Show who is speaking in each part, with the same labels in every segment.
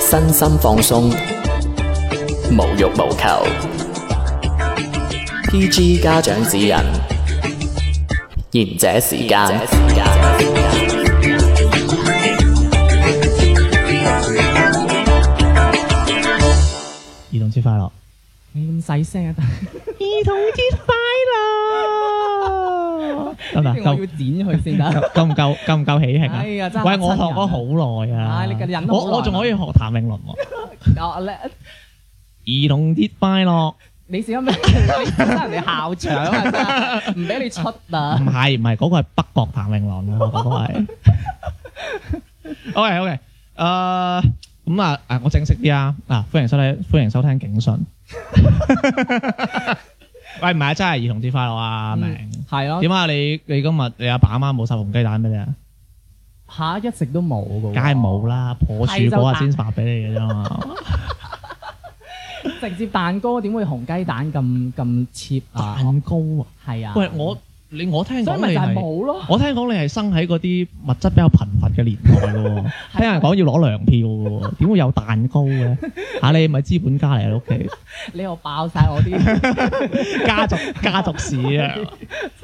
Speaker 1: 身心放鬆，無欲無求。PG 家長指引，賢者時間。
Speaker 2: 兒童節快樂！
Speaker 3: 你咁細聲啊！
Speaker 2: 兒童節快樂！ 得唔得？
Speaker 3: 我要
Speaker 2: 夠
Speaker 3: 剪咗佢先得。
Speaker 2: 夠唔夠夠唔夠喜慶啊？
Speaker 3: 哎呀真係
Speaker 2: 喂，我
Speaker 3: 嚇
Speaker 2: 學
Speaker 3: 親人啊
Speaker 2: 咗好耐啊！
Speaker 3: 唉你忍咗好
Speaker 2: 我
Speaker 3: 耐
Speaker 2: 我仲可以學譚詠麟喎。
Speaker 3: 哦，你
Speaker 2: 兒童節快樂！
Speaker 3: 你試下咩？你真係人哋校長啊！真係唔俾你出 啊
Speaker 2: 唔！係唔係，嗰個係北角譚詠麟喎， 嗰個係。OK OK，誒咁啊誒，我正式啲啊嗱，歡迎收睇，歡迎收聽 警訊。喂，唔係啊真係兒童節快樂啊，阿明。
Speaker 3: 係咯，
Speaker 2: 點啊？你你今日你阿爸阿媽冇發紅雞蛋俾你啊？
Speaker 3: 嚇一直都冇嘅喎。
Speaker 2: 梗係冇啦，破處嗰日先發俾你嘅啫 嘛。
Speaker 3: 直接蛋糕點會紅雞蛋咁咁 cheap 啊？
Speaker 2: 蛋糕啊！
Speaker 3: 係啊。
Speaker 2: 喂，我你我聽
Speaker 3: 所
Speaker 2: 講
Speaker 3: 以咪
Speaker 2: 你
Speaker 3: 就係
Speaker 2: 係。
Speaker 3: 冇咯。
Speaker 2: 我聽講你係生喺嗰啲物質比較貧乏嘅年代嘅 喎，
Speaker 3: 啊
Speaker 2: 聽人講要攞糧票嘅喎，點會有蛋糕嘅？ 嚇、你咪資本家嚟喺屋企，
Speaker 3: 你又爆晒 我啲
Speaker 2: 家族家族史 啊！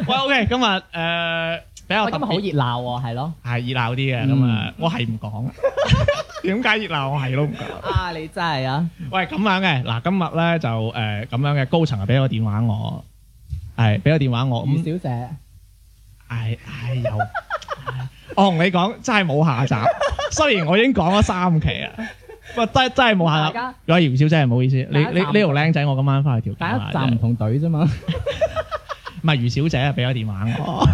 Speaker 2: 喂，OK，今日誒、呃比較
Speaker 3: 喂，
Speaker 2: 特
Speaker 3: 今日
Speaker 2: 別
Speaker 3: 好熱嗯鬧喎，係咯。
Speaker 2: 係熱鬧啲嘅，咁啊，我係唔 講。點解熱鬧我係都唔講？
Speaker 3: 啊，你真係啊！
Speaker 2: 喂，咁樣嘅嗱，今日咧就誒咁、樣嘅高層啊，俾咗個電話我，係俾咗電話我咁
Speaker 3: 余。小姐，
Speaker 2: 唉唉又，唉哦我同你講真係冇下 集。雖然我已經講咗三期啦，喂真真係冇下
Speaker 3: 大
Speaker 2: 集
Speaker 3: 家。
Speaker 2: 喂，姚小姐唔好意思，你
Speaker 3: 大家
Speaker 2: 你呢
Speaker 3: 暫
Speaker 2: 條僆仔，我今晚翻去調教
Speaker 3: 大
Speaker 2: 下
Speaker 3: 家站唔同隊啫嘛。
Speaker 2: 唔係姚小姐啊，俾咗電話我。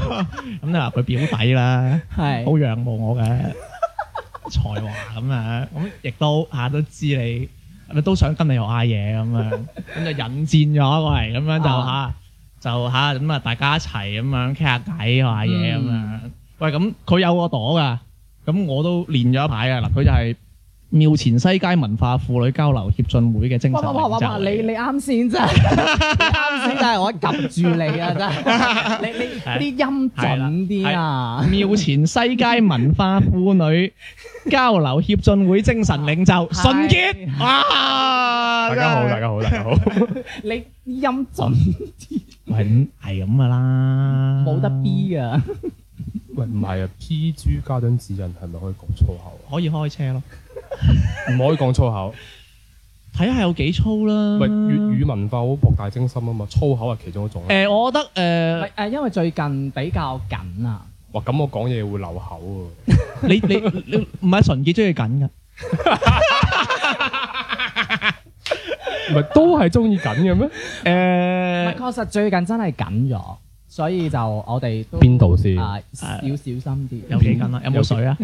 Speaker 2: 咁你話佢表弟啦，
Speaker 3: 哦係。
Speaker 2: 好仰慕我嘅才華咁啊，咁亦都嚇都知你。都想跟你學下嘢咁樣，咁就引薦咗過嚟，咁樣就嚇、
Speaker 3: 啊
Speaker 2: 就嚇咁啊，大家一齊咁樣傾下偈學下嘢咁樣。喂，咁佢有個朵噶，咁我都練咗一排啊。嗱，佢就係廟前西街文化婦女交流協進會嘅精神
Speaker 3: 哇哇哇哇
Speaker 2: 領袖
Speaker 3: 哇！
Speaker 2: 嚟嘅
Speaker 3: 你你啱先真係，你啱先真係我及住你啊！真係，你你啲音準啲啊！
Speaker 2: 廟前西街文化婦女交流協進會精神領袖
Speaker 3: 係
Speaker 2: 純潔啊！
Speaker 4: 大家好，大
Speaker 2: 家
Speaker 4: 家好，大家好。
Speaker 3: 你啲音準
Speaker 2: 喂，咁係咁噶啦，
Speaker 3: 冇得 B 啊！
Speaker 4: 喂，唔係啊，PG 家長指引係咪可以講粗口啊？
Speaker 2: 可以開車咯，
Speaker 4: 唔可以講粗口。
Speaker 2: 睇下有幾粗啦。
Speaker 4: 喂，粵語文化好博大精深啊嘛，粗口係其中一種啊。
Speaker 2: 誒，我覺得誒
Speaker 3: 咪，誒，因為最近比較緊啊，
Speaker 4: 哇，咁我講嘢會漏口喎。
Speaker 2: 你你你唔係純潔中意緊㗎。
Speaker 4: 唔係都係中意緊嘅咩？
Speaker 3: 唔
Speaker 2: 誒，
Speaker 3: 係確實最近真係緊咗，所以就我哋都
Speaker 4: 邊度先？
Speaker 3: 啊要小心啲。
Speaker 2: 有幾緊啊？有冇水啊？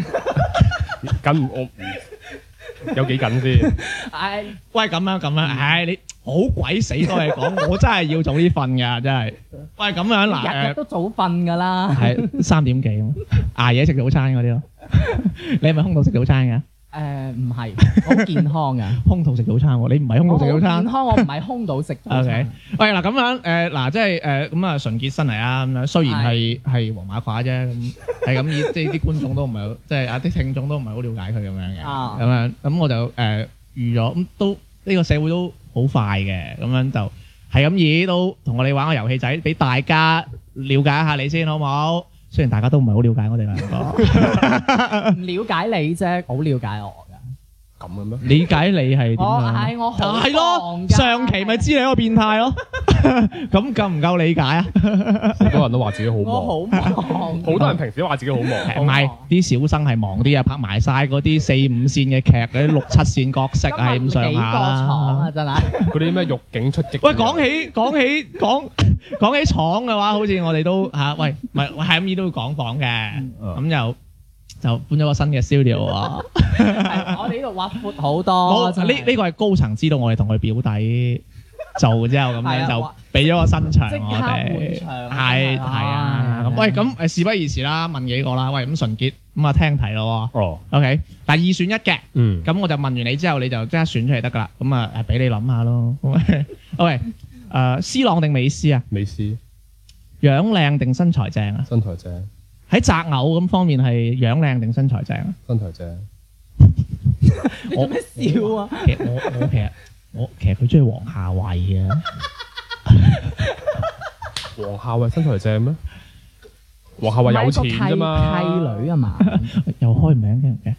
Speaker 4: 緊我嗯有幾緊先？
Speaker 3: 誒
Speaker 2: 喂，咁樣咁樣，唉，你好鬼死多嘢 講，我真係要早啲瞓㗎，真係。喂，咁樣嗱，
Speaker 3: 日日
Speaker 2: 誒
Speaker 3: 都早瞓㗎啦。
Speaker 2: 啊係三點幾 咁，捱夜食早餐嗰啲咯。 你係咪空肚食早餐㗎？
Speaker 3: 誒唔係，我好健 康啊！
Speaker 2: 空肚食早餐喎，你唔係空
Speaker 3: 我
Speaker 2: 肚食
Speaker 3: 好
Speaker 2: 早餐
Speaker 3: 健。康，我唔係空到食 早
Speaker 2: O K，
Speaker 3: 餐。
Speaker 2: 喂嗱咁樣誒嗱，即係誒咁啊，純潔身嚟啊咁樣，雖然係係黃馬褂啫，咁係咁意，即係啲觀眾都唔係好，即係啊啲聽眾都唔係好了解佢咁樣嘅，
Speaker 3: 啊
Speaker 2: 咁樣咁我就誒預咗，咁都呢個社會都好快嘅，咁樣就係咁意都同我哋玩個遊戲仔，俾大家了解一下你先好冇？雖然大家都唔係好了解 我哋兩個，
Speaker 3: 唔了解你啫，好了解我㗎。
Speaker 4: 咁嘅咩？
Speaker 2: 理解你係點
Speaker 3: 我
Speaker 2: 啊？
Speaker 3: 係我
Speaker 2: 就
Speaker 3: 好
Speaker 2: 係咯，上期咪知你一個變態咯， 咁夠唔夠理解啊？
Speaker 4: 好多人都話自己好
Speaker 3: 我
Speaker 4: 忙，
Speaker 3: 好忙，
Speaker 4: 好多人平時都話自己好
Speaker 2: 唔
Speaker 4: 忙。
Speaker 2: 係啲小生係忙啲啊，拍埋晒嗰啲四五線嘅劇，嗰啲六七線角色係咁上
Speaker 3: 幾個
Speaker 2: 下
Speaker 3: 廠
Speaker 2: 啦
Speaker 3: 啊，。真係
Speaker 4: 嗰啲咩獄警出擊。
Speaker 2: 喂，講起講起講講起廠嘅話，好似我哋都 嚇、啊喂，唔係係咁依都會講講嘅，咁就就搬咗個新嘅 studio 啊！
Speaker 3: 係我哋呢度挖闊好多啊
Speaker 2: 我。呢呢個係高層知道我哋同佢表弟做之後，咁
Speaker 3: 係
Speaker 2: 樣
Speaker 3: 啊
Speaker 2: 就
Speaker 3: 哇
Speaker 2: 俾咗個新場
Speaker 3: 即刻
Speaker 2: 我哋，
Speaker 3: 換
Speaker 2: 係
Speaker 3: 場真係
Speaker 2: 係啊！
Speaker 3: 唉
Speaker 2: 咁喂，咁誒事不宜遲啦，問幾個啦，喂咁純潔咁啊聽題咯
Speaker 4: 哦，
Speaker 2: 喎，OK，但二選一嘅。
Speaker 4: 嗯，
Speaker 2: 咁我就問完你之後，你就即刻選出嚟得噶啦。咁啊，誒俾你諗下咯。 喂，誒斯朗定美斯啊？
Speaker 4: 美斯
Speaker 2: 樣靚定身材正啊？
Speaker 4: 身材正，
Speaker 2: 喺擇偶咁方面係樣靚定身材正啊？
Speaker 4: 身材正，
Speaker 3: 你做咩笑啊？
Speaker 2: 其實我我其實我其實佢中意黃夏啊慧嘅，
Speaker 4: 黃夏慧身材正咩？黃夏慧有錢啫嘛，
Speaker 3: 契女啊嘛，
Speaker 2: 又開名嘅嘅。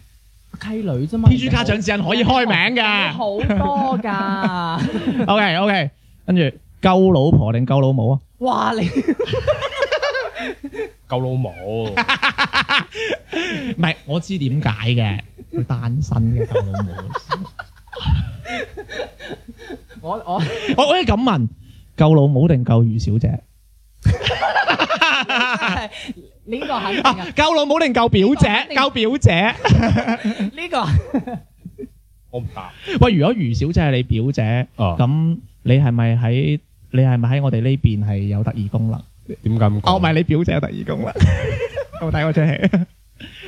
Speaker 3: 契女啫嘛。
Speaker 2: P.G. 家長指引可以開名嘅。
Speaker 3: 好多㗎。
Speaker 2: O.K. O.K. 跟住鳩老婆定鳩老母啊？
Speaker 3: 哇！你
Speaker 4: 夠老母。
Speaker 2: 唔係，我知點解嘅，佢單身嘅鳩老母。
Speaker 3: 我我
Speaker 2: 我我可以咁問，鳩老母定鳩雨小姐？
Speaker 3: 呢個肯定
Speaker 2: 啊
Speaker 3: 啊，，
Speaker 2: 鳩老母定鳩表姐？鳩表姐。
Speaker 3: 呢個
Speaker 4: 我唔答。
Speaker 2: 喂，如果余小姐係你表姐，
Speaker 4: 啊，
Speaker 2: 咁你係咪喺你係咪喺我哋呢邊係有特異功能？
Speaker 4: 點解咁講？
Speaker 2: 哦，唔係你表姐有特異 功能，有冇睇過出戲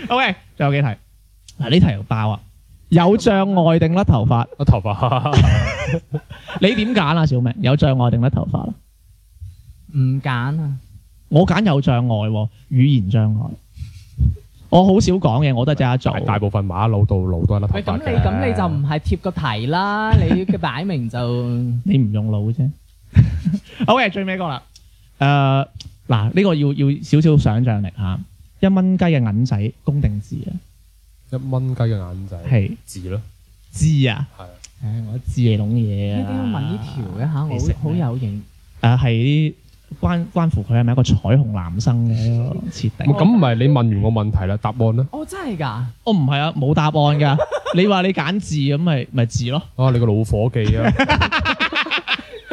Speaker 2: ？OK，仲有幾題？嗱，呢題又爆啊！有障礙定甩頭髮？
Speaker 4: 我頭髮
Speaker 2: 你點揀啊，小明？有障礙定甩頭髮啊？
Speaker 3: 唔揀啊，
Speaker 2: 我揀有障礙喎，語言障礙。我好少講嘢，我都係即刻
Speaker 4: 大大
Speaker 2: 做。
Speaker 4: 部分馬佬到腦都係
Speaker 3: 喂
Speaker 4: 甩頭
Speaker 3: 咁
Speaker 4: 髮
Speaker 3: 你咁你就唔係貼個題啦，你嘅擺明就
Speaker 2: 你唔用腦啫。OK，最尾一個啦。誒、嗱，呢、個要要少少想像力嚇。一蚊雞嘅銀仔公定字啊？
Speaker 4: 就一蚊雞嘅眼仔
Speaker 2: 係
Speaker 4: 字咯，
Speaker 2: 知啊？
Speaker 4: 係
Speaker 2: 唉，我知你攏嘢
Speaker 3: 呢
Speaker 2: 啊！
Speaker 3: 啲要問呢條嘅
Speaker 2: 你食
Speaker 3: 嚇，
Speaker 2: 咩
Speaker 3: 我好好有型。
Speaker 2: 誒係關關乎佢係咪一個彩虹男生嘅一個設定。
Speaker 4: 咁唔係你問完個問題啦，答案咧？
Speaker 3: 哦，真係㗎，
Speaker 2: 我唔係啊，冇答案 㗎。你話你揀字咁咪咪字咯。
Speaker 4: 啊，你個老伙計啊！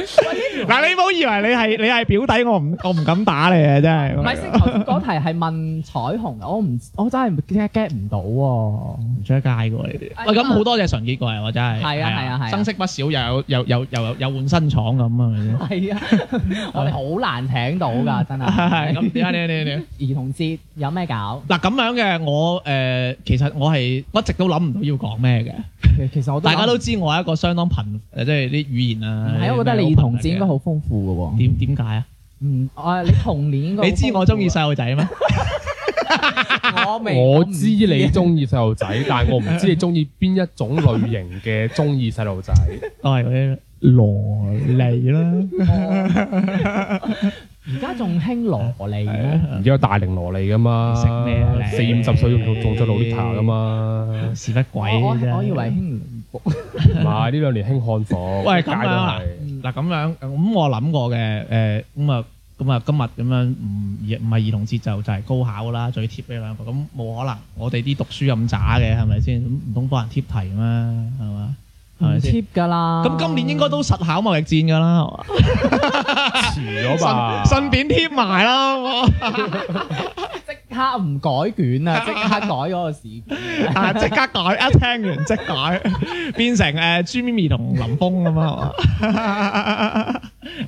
Speaker 2: 嗱，你唔好以為你係你係表弟，我唔我唔敢打你啊！真係。
Speaker 3: 唔係先頭先嗰題係問彩虹㗎，我唔 我真係 get get 唔到喎。
Speaker 2: 唔出得街嘅喎呢啲。
Speaker 3: 哎
Speaker 2: 喂，咁
Speaker 3: 咁啊
Speaker 2: 好多謝純潔過嚟喎，真係。
Speaker 3: 係啊係啊係啊
Speaker 2: 增色不少，又有又又又又又換新廠咁啊，係咪先？
Speaker 3: 係啊，我哋好難請到㗎，真
Speaker 2: 係
Speaker 3: 係。
Speaker 2: 咁點啊？點啊點啊點啊
Speaker 3: 兒童節有咩搞？
Speaker 2: 嗱咁樣嘅，我誒其實我係一直都諗唔到要講咩嘅。
Speaker 3: 其其實我
Speaker 2: 大家都
Speaker 3: 知，
Speaker 2: 知我係一個相當貧誒，即係啲語言啊。
Speaker 3: 係啊我覺得你兒童節應該好豐富㗎喎。
Speaker 2: 點點解啊？
Speaker 3: 嗯，我你童年應該好
Speaker 2: 你知我中意細路仔咩？
Speaker 3: 豐富啊，我未
Speaker 4: 我知你中意細路仔，但係我唔知你中意邊一種類型嘅中意細路仔。
Speaker 2: 都係嗰啲羅莉啦。
Speaker 3: 啊 而家仲興羅啊莉咩？
Speaker 4: 而家有大齡蘿莉噶嘛？
Speaker 2: 食咩啊
Speaker 4: 四
Speaker 2: 你
Speaker 4: 五十歲仲仲做老啲頭 噶嘛？
Speaker 2: 屎忽鬼
Speaker 3: 我
Speaker 2: 啫！
Speaker 3: 我我以為興
Speaker 4: 唔係呢兩年興漢服，
Speaker 2: 喂
Speaker 4: 街
Speaker 2: 咁樣啊
Speaker 4: 都係
Speaker 2: 嗱咁樣，咁我諗過嘅，誒咁啊咁啊今日咁樣唔兒唔係兒童節就就係高考啦，最貼呢兩個，咁冇可能我哋啲讀書咁渣嘅係咪先？咁唔通幫人貼題咩？係嘛？係
Speaker 3: 唔
Speaker 2: 咪先？
Speaker 3: 貼㗎啦。
Speaker 2: 咁今年應該都實考貿易戰㗎啦，係嘛
Speaker 4: 遲咗吧？
Speaker 2: 順順便貼埋啦。好冇
Speaker 3: 即刻唔改卷 啊！即刻改嗰個試卷。
Speaker 2: 啊！即刻改，一聽完即改，變成誒朱咪咪同林峰咁啊係嘛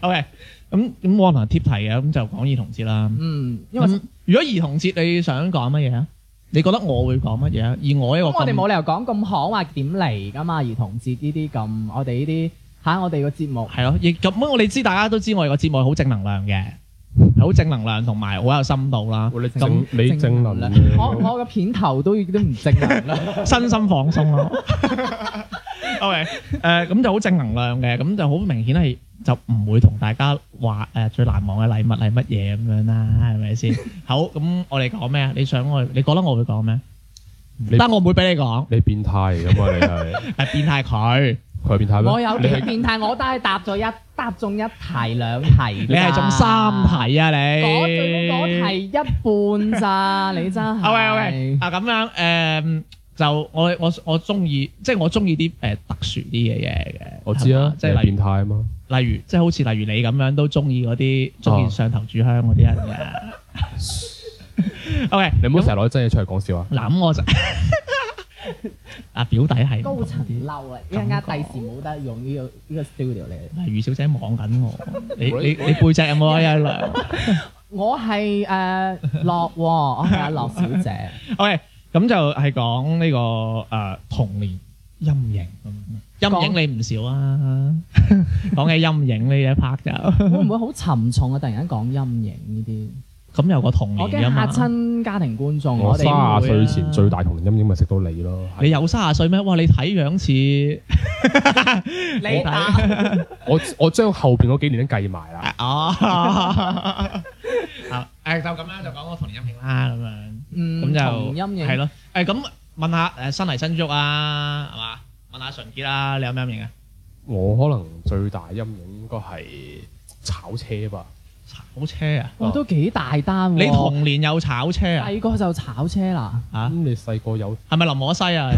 Speaker 2: ！OK，咁咁我可能貼題嘅，咁就講兒童節啦。
Speaker 3: 嗯，因為
Speaker 2: 咁如果兒童節你想講乜嘢啊？你覺得我會講乜嘢啊？以我一個
Speaker 3: 咁我哋
Speaker 2: 咁
Speaker 3: 冇理由講咁行話點嚟㗎嘛，兒童節呢啲咁，我哋呢啲嚇我哋個節目。
Speaker 2: 係咯，亦咁我哋知大家都知我哋個節目係好正能量嘅，係好正能量同埋好有深度啦，
Speaker 4: 喂你
Speaker 2: 啊咁
Speaker 4: 正你正能量，
Speaker 3: 我我個片頭都已經唔正能量啦。
Speaker 2: 身心放鬆咯。OK，誒、咁就好正能量嘅，咁就好明顯係就唔會同大家話誒、最難忘嘅禮物係乜嘢咁樣啦，係咪 先？好，咁我哋講咩啊？你想我，你覺得我會講咩？
Speaker 4: 你
Speaker 2: 但我唔會俾你講，
Speaker 4: 你變態嚟噶嘛？你係
Speaker 2: 係變態佢。
Speaker 4: 佢係變態咩？
Speaker 3: 我有
Speaker 4: 你係
Speaker 3: 變態，我都係答咗一答中一題兩題。
Speaker 2: 你係中三。題啊你？
Speaker 3: 嗰最高嗰題一 半咋，你真係。
Speaker 2: 啊喂喂啊咁樣誒、就我我我中意，即係我中意啲誒特殊啲嘅嘢嘅。
Speaker 4: 我知
Speaker 2: 係
Speaker 4: 啊
Speaker 2: 嘛，即
Speaker 4: 你
Speaker 2: 係
Speaker 4: 係
Speaker 2: 例
Speaker 4: 變態啊嘛，
Speaker 2: 如例如即係好似例如你咁樣都中意嗰啲中意
Speaker 4: 哦
Speaker 2: 上頭炷香嗰啲人 嘅。OK，
Speaker 4: 你唔好
Speaker 2: 咁
Speaker 4: 成日攞真嘢出嚟講笑啊！
Speaker 2: 嗱咁我就 啊表弟係
Speaker 3: 高層嬲啊！一陣間第時冇得 用呢個呢個 studio 嚟。
Speaker 2: 余小姐望緊我，你你你背脊有冇一兩？
Speaker 3: 我係誒 樂喎，我係阿樂小姐。
Speaker 2: OK，咁就係講呢個誒、呃童年陰影咁樣。陰影你唔少啊， 講起陰影呢一 part 就
Speaker 3: 會唔會好沉重啊？突然間講陰影呢啲，
Speaker 2: 咁有個童
Speaker 3: 我
Speaker 2: 年
Speaker 3: 驚
Speaker 2: 㗎嘛
Speaker 3: 嚇。親家庭觀眾，
Speaker 4: 我
Speaker 3: 嗯我哋
Speaker 4: 卅
Speaker 2: 會啊
Speaker 4: 歲前最大童年陰影咪識到你咯。係
Speaker 2: 你有三十歲咩？哇！你睇樣似
Speaker 3: 你打
Speaker 4: 我我將後邊嗰幾年都計埋啦。
Speaker 2: 哦， 啊誒就咁啦，就講個童年陰影啦，咁樣咁
Speaker 3: 嗯同
Speaker 2: 就
Speaker 3: 陰影
Speaker 2: 係咯。誒咁問下誒新嚟新足啊，係嘛？問下純潔啦，你有咩陰影啊？
Speaker 4: 我可能最大陰影應該係炒車吧。
Speaker 2: 炒車啊！
Speaker 3: 哇，都幾大單喎！
Speaker 2: 你童年有炒車啊？
Speaker 3: 細個就炒車啦，
Speaker 4: 咁
Speaker 2: 嚇
Speaker 4: 你細個有
Speaker 2: 係咪林可西啊？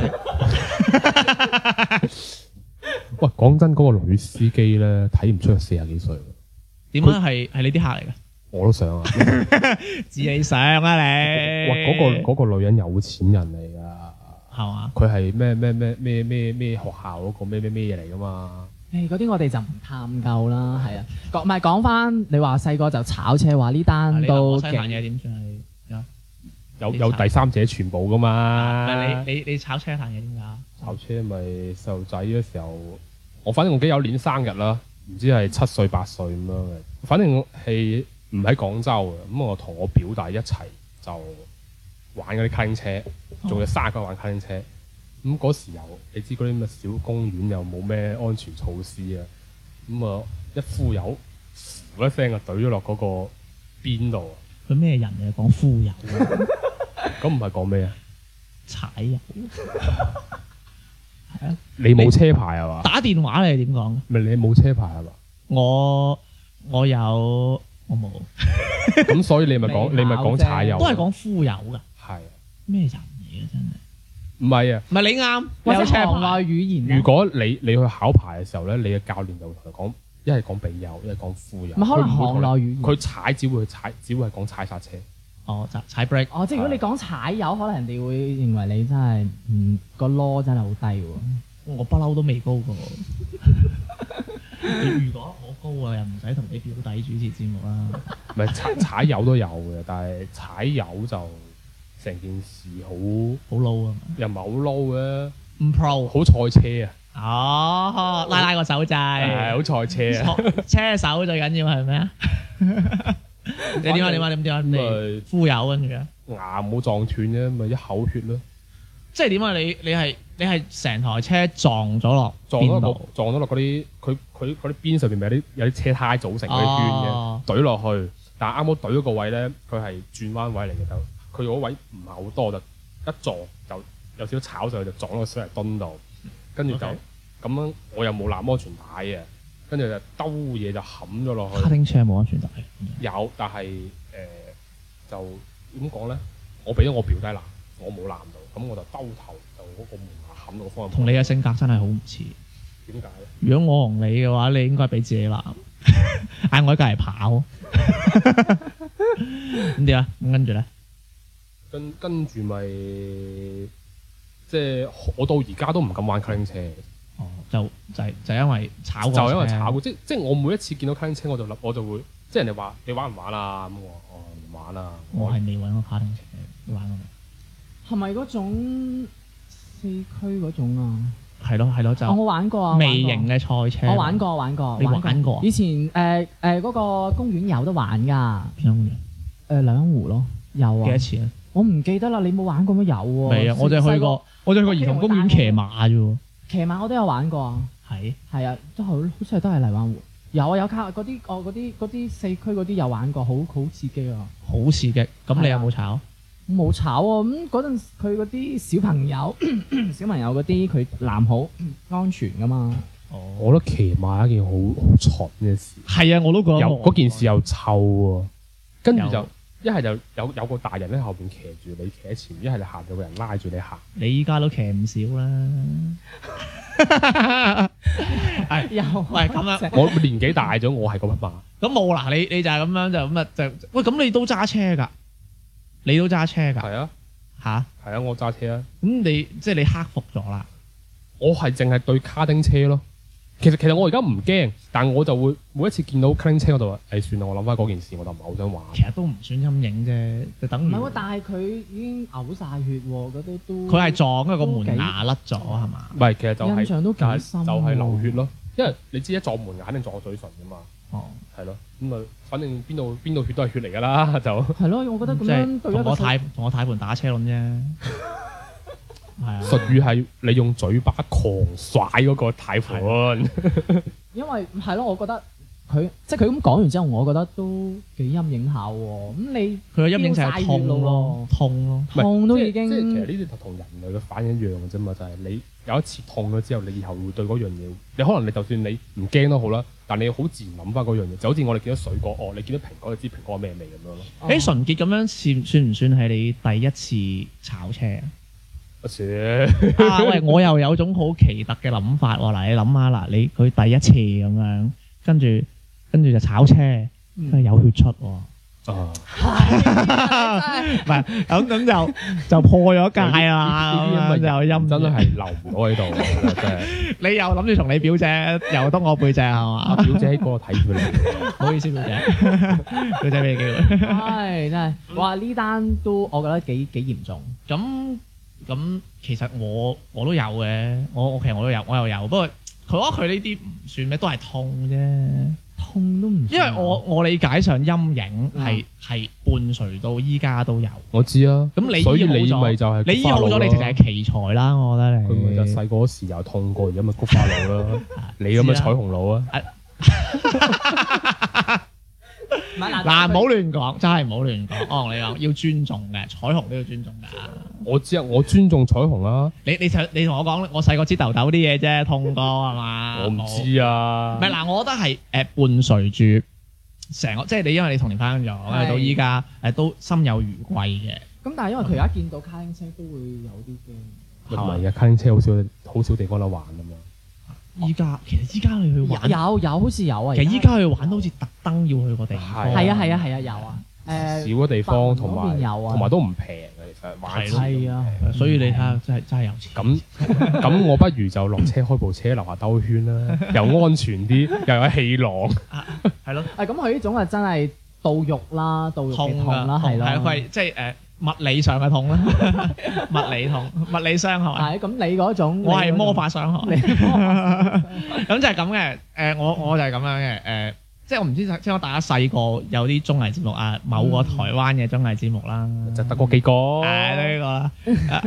Speaker 4: 喂？講真，嗰個女司機咧睇唔出佢四十幾歲，
Speaker 2: 點樣係係你啲客嚟㗎？
Speaker 4: 我都想啊。
Speaker 2: 自你上啊你！
Speaker 4: 哇！嗰個嗰個女人有錢人嚟㗎，
Speaker 2: 係嘛？
Speaker 4: 佢係咩咩咩咩咩咩學校嗰個咩咩咩嘢嚟㗎嘛？
Speaker 3: 誒嗰啲我哋就唔探究啦，係啊，講唔係講翻你話細個就炒車，話呢單
Speaker 2: 啊你
Speaker 3: 都
Speaker 2: 林可西彈
Speaker 3: 勁
Speaker 2: 嘢點算啊係？
Speaker 4: 有
Speaker 2: 你
Speaker 4: 有
Speaker 2: 查
Speaker 4: 第三者全部㗎嘛？
Speaker 2: 唔係你你你炒車彈嘢點啊㗎？
Speaker 4: 炒車咪細路仔嘅時候，我反正我記得有年生日啦，唔知係七歲八歲咁樣嘅，反正我係唔喺廣州嘅，咁我同我表弟一齊就玩嗰啲卡丁車，仲有卅個玩卡丁車。咁嗰時候你知嗰啲咁嘅小公園又冇咩安全措施啊，咁啊一呼油，噗一聲就懟咗落嗰個邊度，啊
Speaker 2: 佢咩人嚟？講夫人
Speaker 4: 咁唔係講咩啊？
Speaker 2: 踩人。
Speaker 4: 你冇車牌啊係嘛？
Speaker 2: 打電話你係點講嘅？
Speaker 4: 咪你冇車牌啊係嘛？
Speaker 2: 我我有啊我冇，
Speaker 4: 咁所以你咪講
Speaker 3: 你
Speaker 4: 你咪
Speaker 3: 考
Speaker 4: 講
Speaker 3: 啫
Speaker 4: 踩油
Speaker 2: 都
Speaker 4: 啊，
Speaker 2: 係講夫友噶，
Speaker 4: 係。
Speaker 2: 咩人嚟嘅真係？
Speaker 4: 唔係啊！
Speaker 2: 唔係你啱，
Speaker 3: 或者
Speaker 2: 有車
Speaker 3: 行
Speaker 2: 牌
Speaker 3: 外語言
Speaker 4: 如
Speaker 3: 啊，
Speaker 4: 果你你去考牌嘅時候咧，你嘅教練就會同你講，一係講庇佑，一係講富有。
Speaker 3: 唔係可能
Speaker 4: 佢唔會
Speaker 3: 行
Speaker 4: 同你
Speaker 3: 內語言。
Speaker 4: 佢踩只會踩，只會係講踩剎車。
Speaker 2: 哦，就踩 break
Speaker 3: 哦，即係如果你講踩油，可能人哋會認為你真係唔個 law 真係好低喎。
Speaker 2: 我不嬲都未高過。 如果我高啊，又唔使同你表弟主持節目啦。
Speaker 4: 唔係踩 踩油都有嘅，但係踩油就成件事好
Speaker 2: 好 low 啊嘛，
Speaker 4: 又唔係好撈嘅，
Speaker 2: 唔 pro
Speaker 4: 好賽車啊！
Speaker 2: 哦，拉拉個手
Speaker 4: 係
Speaker 2: 掣，
Speaker 4: 好賽車啊！
Speaker 2: 錯車手最緊要係咩 啊？你點啊？點啊？點點啊？你
Speaker 4: 咪
Speaker 2: 夫友跟住啊？
Speaker 4: 牙冇撞斷啫，咪一口血咯，
Speaker 2: 即係點啊？你你係你係成台車撞咗落
Speaker 4: 撞到
Speaker 2: 邊
Speaker 4: 落
Speaker 2: 度？
Speaker 4: 撞到落嗰啲佢佢嗰啲邊上邊咪有啲有啲車胎組成嗰啲圈嘅。
Speaker 2: 哦
Speaker 4: 懟落去，但係啱好懟嗰個位咧，佢係轉彎位嚟嘅，就佢嗰位唔係好多，就一撞就有少少炒上去，就撞咗個水泥墩度，跟住就咁
Speaker 2: OK
Speaker 4: 樣，我又冇攬安全帶嘅，跟住就兜嘢就冚咗落
Speaker 2: 卡
Speaker 4: 去，
Speaker 2: 丁車冇安全帶。
Speaker 4: 有，但係誒、呃就點講咧？我俾咗我表弟攬，我冇攬到，咁我就兜頭就嗰個門牙冚到個方向盤。
Speaker 2: 同你嘅性格真係好唔似。
Speaker 4: 點解咧？
Speaker 2: 如果我同你嘅話，你應該俾自己攬， 嗌我喺隔離跑。 咁點啊？咁跟住咧，
Speaker 4: 跟跟住咪即係我到而家都唔敢玩卡丁車。
Speaker 2: 哦，就就係就係因為炒過
Speaker 4: 就因為
Speaker 2: 車
Speaker 4: 炒股，即即我每一次見到卡丁車，我就諗，我就會即人哋話你玩唔玩啊？咁我話哦唔玩啊。
Speaker 2: 我係未揾過卡丁車，你玩過未？
Speaker 3: 係咪嗰種四驅嗰種啊？
Speaker 2: 係咯係咯，
Speaker 3: 哦
Speaker 2: 就
Speaker 3: 我玩過啊，
Speaker 2: 微
Speaker 3: 玩
Speaker 2: 型
Speaker 3: 過
Speaker 2: 嘅賽車。
Speaker 3: 我玩過，玩過，
Speaker 2: 你玩過啊
Speaker 3: 以前誒誒嗰個公園有得玩㗎，
Speaker 2: 邊樣嘢？
Speaker 3: 誒兩湖咯，有
Speaker 2: 幾
Speaker 3: 啊
Speaker 2: 多，錢啊？
Speaker 3: 我唔記得啦，你冇玩過咩？有喎，
Speaker 2: 未啊！我就係去
Speaker 3: 細個
Speaker 2: 過，我就去過兒童公園騎馬啫喎。
Speaker 3: 騎馬，我都有玩過啊，
Speaker 2: 係
Speaker 3: 係啊，都好好似係都係荔灣湖，有啊有卡嗰啲哦嗰啲嗰啲四驅嗰啲有玩過，好好刺激啊！
Speaker 2: 好刺激。咁你
Speaker 3: 係
Speaker 2: 有
Speaker 3: 啊
Speaker 2: 冇炒？
Speaker 3: 冇炒啊！咁嗰陣佢嗰啲小朋友 小朋友嗰啲佢攬好 安全㗎嘛，
Speaker 4: 我覺得騎馬係一件好好蠢嘅事，
Speaker 2: 係啊，我都覺得
Speaker 4: 又
Speaker 2: 我
Speaker 4: 嗰件事又臭喎，跟住
Speaker 2: 有
Speaker 4: 就一係就有有個大人喺後邊騎住你騎喺前面，一係就行有個人拉住 你行。
Speaker 2: 你依家都騎唔少 啦。係
Speaker 3: 有啊
Speaker 2: 喂咁啊，
Speaker 4: 我年紀大咗，我係嗰匹馬，
Speaker 2: 咁冇啦，你你就係咁樣就咁啊就喂，咁你都揸車㗎？你都揸車㗎
Speaker 4: 係啊
Speaker 2: 吓？
Speaker 4: 係啊，我揸車啊，
Speaker 2: 咁你即係你克服咗啦。
Speaker 4: 我係淨係對卡丁車咯。其實其實我而家唔驚，但我就會每一次見到卡丁車嗰度，誒、算啊啦，我諗翻嗰件事，我就唔係好想玩。
Speaker 2: 其實都唔算陰影啫，就等
Speaker 3: 唔
Speaker 2: 於
Speaker 3: 係喎，但係佢已經嘔晒血喎，嗰啲都
Speaker 2: 佢係撞因為個門牙甩咗係嘛？
Speaker 4: 唔係，其實就係、
Speaker 3: 印象都幾
Speaker 4: 就係
Speaker 3: 深
Speaker 4: 就係流
Speaker 3: 喎
Speaker 4: 血咯，因為你知一撞門眼一定撞嘴唇噶嘛，
Speaker 2: 哦，
Speaker 4: 係咯，咁啊，反正邊度邊度血都係血嚟㗎啦，就
Speaker 3: 係咯，我覺得咁
Speaker 2: 即
Speaker 3: 樣
Speaker 2: 係
Speaker 3: 對一
Speaker 2: 同
Speaker 3: 個
Speaker 2: 我
Speaker 3: 細
Speaker 2: 太同我太盤打車輪 啫，係啊，
Speaker 4: 術語係你用嘴巴狂甩嗰個貸款，
Speaker 3: 因為係咯，我覺得佢即係佢咁講完之後，我覺得都幾陰影下喎。咁你
Speaker 2: 佢個陰影就係痛咯，痛咯，
Speaker 3: 痛都已
Speaker 4: 即係其實
Speaker 3: 經
Speaker 4: 呢啲就同人類嘅反應一樣嘅啫嘛，就係、你有一次痛咗之後，你以後會對嗰樣嘢，你可能你就算你唔驚都好啦，但你好自然諗翻嗰樣嘢，就好似我哋見到水果，哦，你見到蘋果，你知蘋果係咩味咁樣咯。
Speaker 3: 哦
Speaker 2: 誒純潔咁樣算算唔算係你第一次炒車 啊？
Speaker 4: 我切
Speaker 2: 啊喂，我又有種好奇特嘅諗法喎。嗱，你諗下嗱，你佢第一次咁樣，跟住跟住就炒車，
Speaker 3: 嗯
Speaker 2: 跟住有血出喎， 唔
Speaker 4: 啊！
Speaker 2: 係咁咁就就破咗戒啦，咁樣就陰
Speaker 4: 真係留唔到喺度，我覺得真啊係。
Speaker 2: 你又諗住同你表姐又得我背脊係
Speaker 4: 阿
Speaker 2: 嘛？
Speaker 4: 表啊姐喺嗰度睇 住你，
Speaker 2: 唔好意思，表姐，表姐俾你機 會。
Speaker 3: 係真係，哇！呢單都我覺得幾幾嚴重。
Speaker 2: 咁咁其實我我都有嘅，我我其實我都有，我又有，不過佢覺得佢呢啲唔算咩，都係痛啫。
Speaker 3: 痛都唔算，
Speaker 2: 因
Speaker 4: 啊
Speaker 2: 為我我理解上陰影
Speaker 4: 嗯
Speaker 2: 係係伴隨到依家都有。
Speaker 4: 我知啊。
Speaker 2: 咁你
Speaker 4: 所以
Speaker 2: 醫
Speaker 4: 你
Speaker 2: 好咗
Speaker 4: 咪就係
Speaker 2: 你醫好咗，你直
Speaker 4: 直
Speaker 2: 情係奇才啦，我覺得你。
Speaker 4: 佢咪就細個嗰時又痛過，而家咪菊花佬 啦。你咁嘅彩虹佬啊！
Speaker 3: 唔係
Speaker 2: 嗱，唔好
Speaker 3: 佢
Speaker 2: 亂講，真係唔好亂講。我同你講，要尊重嘅，彩虹都要尊重㗎。
Speaker 4: 我知啊，我尊重彩虹啊啦。
Speaker 2: 你你就你同我講，我細個知豆豆啲嘢啫，痛過係嘛？
Speaker 4: 我唔知啊
Speaker 2: 冇。唔。係嗱，我覺得係誒伴隨住成個，即係你因為你童年翻咗，跟住到依家誒都心有餘悸嘅。
Speaker 3: 咁，但係因為佢而家見到卡丁車都會有啲驚，
Speaker 4: 唔係啊，卡丁車好少好少地方有得玩啊嘛。
Speaker 2: 依家其實依家你去玩，
Speaker 3: 哦有有好似有啊。
Speaker 2: 其實
Speaker 3: 而
Speaker 2: 依家去玩都好似特登要去個地方。
Speaker 3: 係啊係啊係啊有啊，
Speaker 4: 少
Speaker 3: 誒
Speaker 4: 嘅地方同
Speaker 3: 白雲嗰
Speaker 4: 埋
Speaker 3: 邊有啊
Speaker 4: 同埋都唔平嘅，其實玩一次
Speaker 3: 係啊，
Speaker 2: 所以你睇下，真係真係有錢。
Speaker 4: 咁咁，我不如就落車開部車樓下兜 圈啦，又安全啲，又有氣囊。
Speaker 2: 係咯。
Speaker 3: 誒咁佢呢種啊真係到肉啦，到肉嘅
Speaker 2: 痛
Speaker 3: 痛啦，係
Speaker 2: 係啊
Speaker 3: 咯。
Speaker 2: 佢即係誒物理上嘅痛啦， 物理痛、物理傷害。
Speaker 3: 係咁，你嗰種
Speaker 2: 我係魔
Speaker 3: 法，
Speaker 2: 法傷害，
Speaker 3: 你
Speaker 2: 咁就係咁嘅。誒，我我就係咁樣嘅。誒，即係我唔知聽講大家細個有啲綜藝節目啊，某
Speaker 3: 嗯
Speaker 2: 個台灣嘅綜藝節目啦，
Speaker 4: 就得嗰幾個。
Speaker 2: 係呢個啦，À.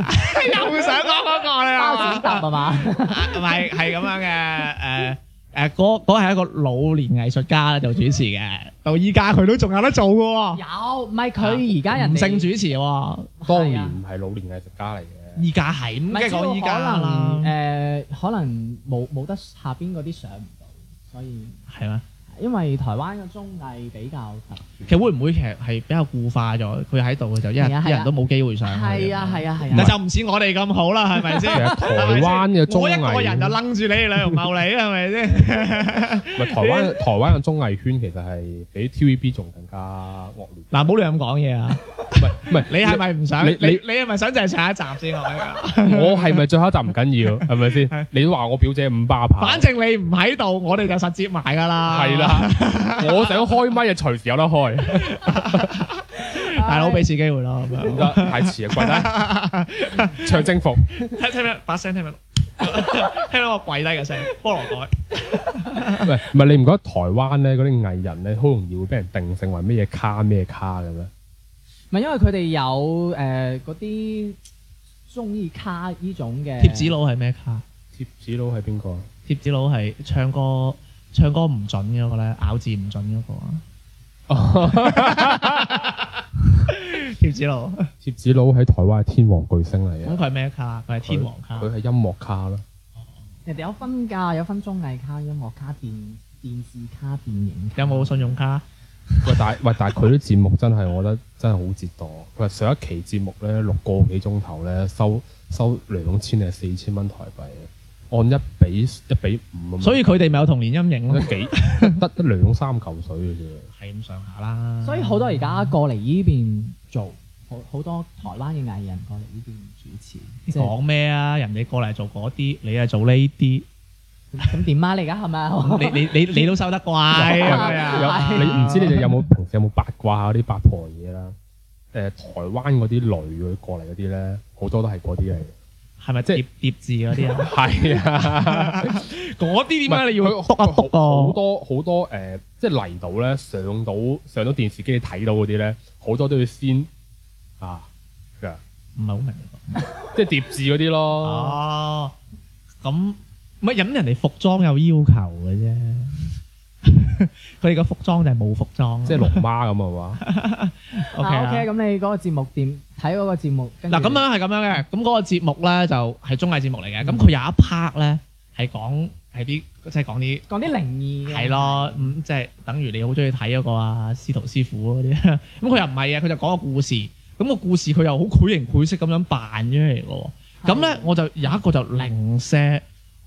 Speaker 2: 又想講嗰個啦，
Speaker 3: 包剪揼係嘛？
Speaker 2: 唔係係咁樣嘅誒。誒嗰嗰係一個老年藝術家做主持嘅，到依家佢都仲有得做嘅
Speaker 3: 有，唔係
Speaker 2: 喎，
Speaker 3: 佢而家人
Speaker 2: 唔
Speaker 3: 哋
Speaker 2: 性主持喎。
Speaker 4: 當年
Speaker 2: 啊
Speaker 4: 唔係老年藝術家嚟嘅，
Speaker 2: 依家係咁，
Speaker 3: 唔
Speaker 2: 梗係
Speaker 3: 係
Speaker 2: 講依家
Speaker 3: 可能
Speaker 2: 啦，
Speaker 3: 誒，可能冇冇得下邊嗰啲上唔到，所以
Speaker 2: 係咩？
Speaker 3: 因為台灣嘅綜藝比較特
Speaker 2: 其實會唔會其實係比較固化咗？佢喺度嘅就一日
Speaker 3: 係啊係啊
Speaker 2: 一人都冇機會上去。
Speaker 3: 係啊係啊係啊，
Speaker 2: 但就唔似我哋咁好啦，係咪先？
Speaker 4: 其實台灣嘅綜
Speaker 2: 我一個人就
Speaker 4: 藝，
Speaker 2: 楞住你哋兩條茂利，係咪先？
Speaker 4: 唔係台 灣台灣嘅綜藝圈其實係比 TVB 仲更加惡劣。
Speaker 2: 嗱，唔好亂咁講嘢啊！
Speaker 4: 唔係唔係，
Speaker 2: 你係咪唔想？
Speaker 4: 你
Speaker 2: 你
Speaker 4: 你
Speaker 2: 你係咪想就係上一集先？啊我哋
Speaker 4: 我係咪最後一集唔緊要，係 咪先？你都話我表姐五巴牌，
Speaker 2: 反正你唔喺度，我哋就實接埋㗎啦。
Speaker 4: 係，啦， 我想開咪就隨時有得開，
Speaker 2: 大佬俾次機會咯。咁樣
Speaker 4: 唔得太遲啊， 跪低，唱征服，
Speaker 2: 聽聽唔聽把聲聽唔聽到？ 聽到我跪低嘅聲，菠蘿蓋。
Speaker 4: 唔係唔係你唔覺得台灣咧嗰啲藝人咧好容易會俾人定性為咩嘢卡咩卡嘅咩？
Speaker 3: 唔係因為佢哋有誒嗰啲中意卡呢種 嘅
Speaker 2: 貼紙佬係咩卡？
Speaker 4: 貼紙佬係邊個？
Speaker 2: 貼紙佬係唱歌唱歌唔準嗰個咧，咬字唔準嗰個啊！ 貼紙佬，咁
Speaker 4: 貼紙佬喺台灣係天王巨星嚟
Speaker 2: 佢，
Speaker 4: 嘅
Speaker 2: 係咩卡？佢係哦天王卡
Speaker 4: 佢。係音樂卡啦。
Speaker 3: 人哋有分㗎，有分綜藝卡、音樂卡、電電視卡、電影卡。
Speaker 2: 有冇信用卡？
Speaker 4: 喂，但係 喂，但係佢啲節目真係，我覺得真係好折墮。佢話上一期節目咧六個幾鐘頭咧，收收兩千定係四千蚊台幣，啊按一比一比五咁樣。
Speaker 2: 所以佢哋咪有童年陰影
Speaker 4: 得
Speaker 2: 咯，
Speaker 4: 幾得得兩三嚿水嘅啫。
Speaker 2: 係咁上下啦。
Speaker 3: 所以好多而家過嚟呢邊做，好好多台灣嘅藝人過嚟呢邊主持，即係
Speaker 2: 講咩啊？人哋過嚟做嗰啲，你係做呢啲，
Speaker 3: 咁點啊？你而家係 咪？
Speaker 2: 你你你你都收得怪
Speaker 4: Dạ.
Speaker 2: 係咪啊？
Speaker 4: 有你唔知你哋有冇平時有冇八卦嗰啲八婆嘢啦？誒、台灣嗰啲女佢過嚟嗰啲咧，好多都係嗰啲嚟嘅。
Speaker 2: 係咪
Speaker 4: 即係
Speaker 2: 疊疊字嗰啲啊？
Speaker 4: 係啊，
Speaker 2: 嗰啲點解你要
Speaker 4: 佢
Speaker 2: 篤一篤
Speaker 4: 好好
Speaker 2: 啊？
Speaker 4: 多好多誒，即係嚟到咧上到上到電視機睇到嗰啲咧，好多都要先啊㗎，
Speaker 2: 唔係好明。
Speaker 4: 即係疊字嗰啲咯。
Speaker 2: 哦，咁唔係咁人哋服裝有要求嘅 啫。佢哋個服裝就係冇服裝，
Speaker 4: 即係龍 媽咁啊嘛，
Speaker 2: O K
Speaker 3: 啊
Speaker 2: 啦
Speaker 3: À, OK，。咁你嗰個節目點睇嗰個節目？跟住
Speaker 2: 嗱咁樣係咁樣嘅，咁嗰個節目咧就係綜藝節目嚟嘅，咁佢有一 part 咧係講係啲即係講啲
Speaker 3: 講啲靈異嘅
Speaker 2: 係，咯，咁即係等於你好中意睇嗰個啊司徒師傅嗰啲， 咁佢又唔係嘅，佢就講個故事，咁個故事佢又好繪形繪色咁樣扮出嚟嘅喎，咁咧我就有一個就零舍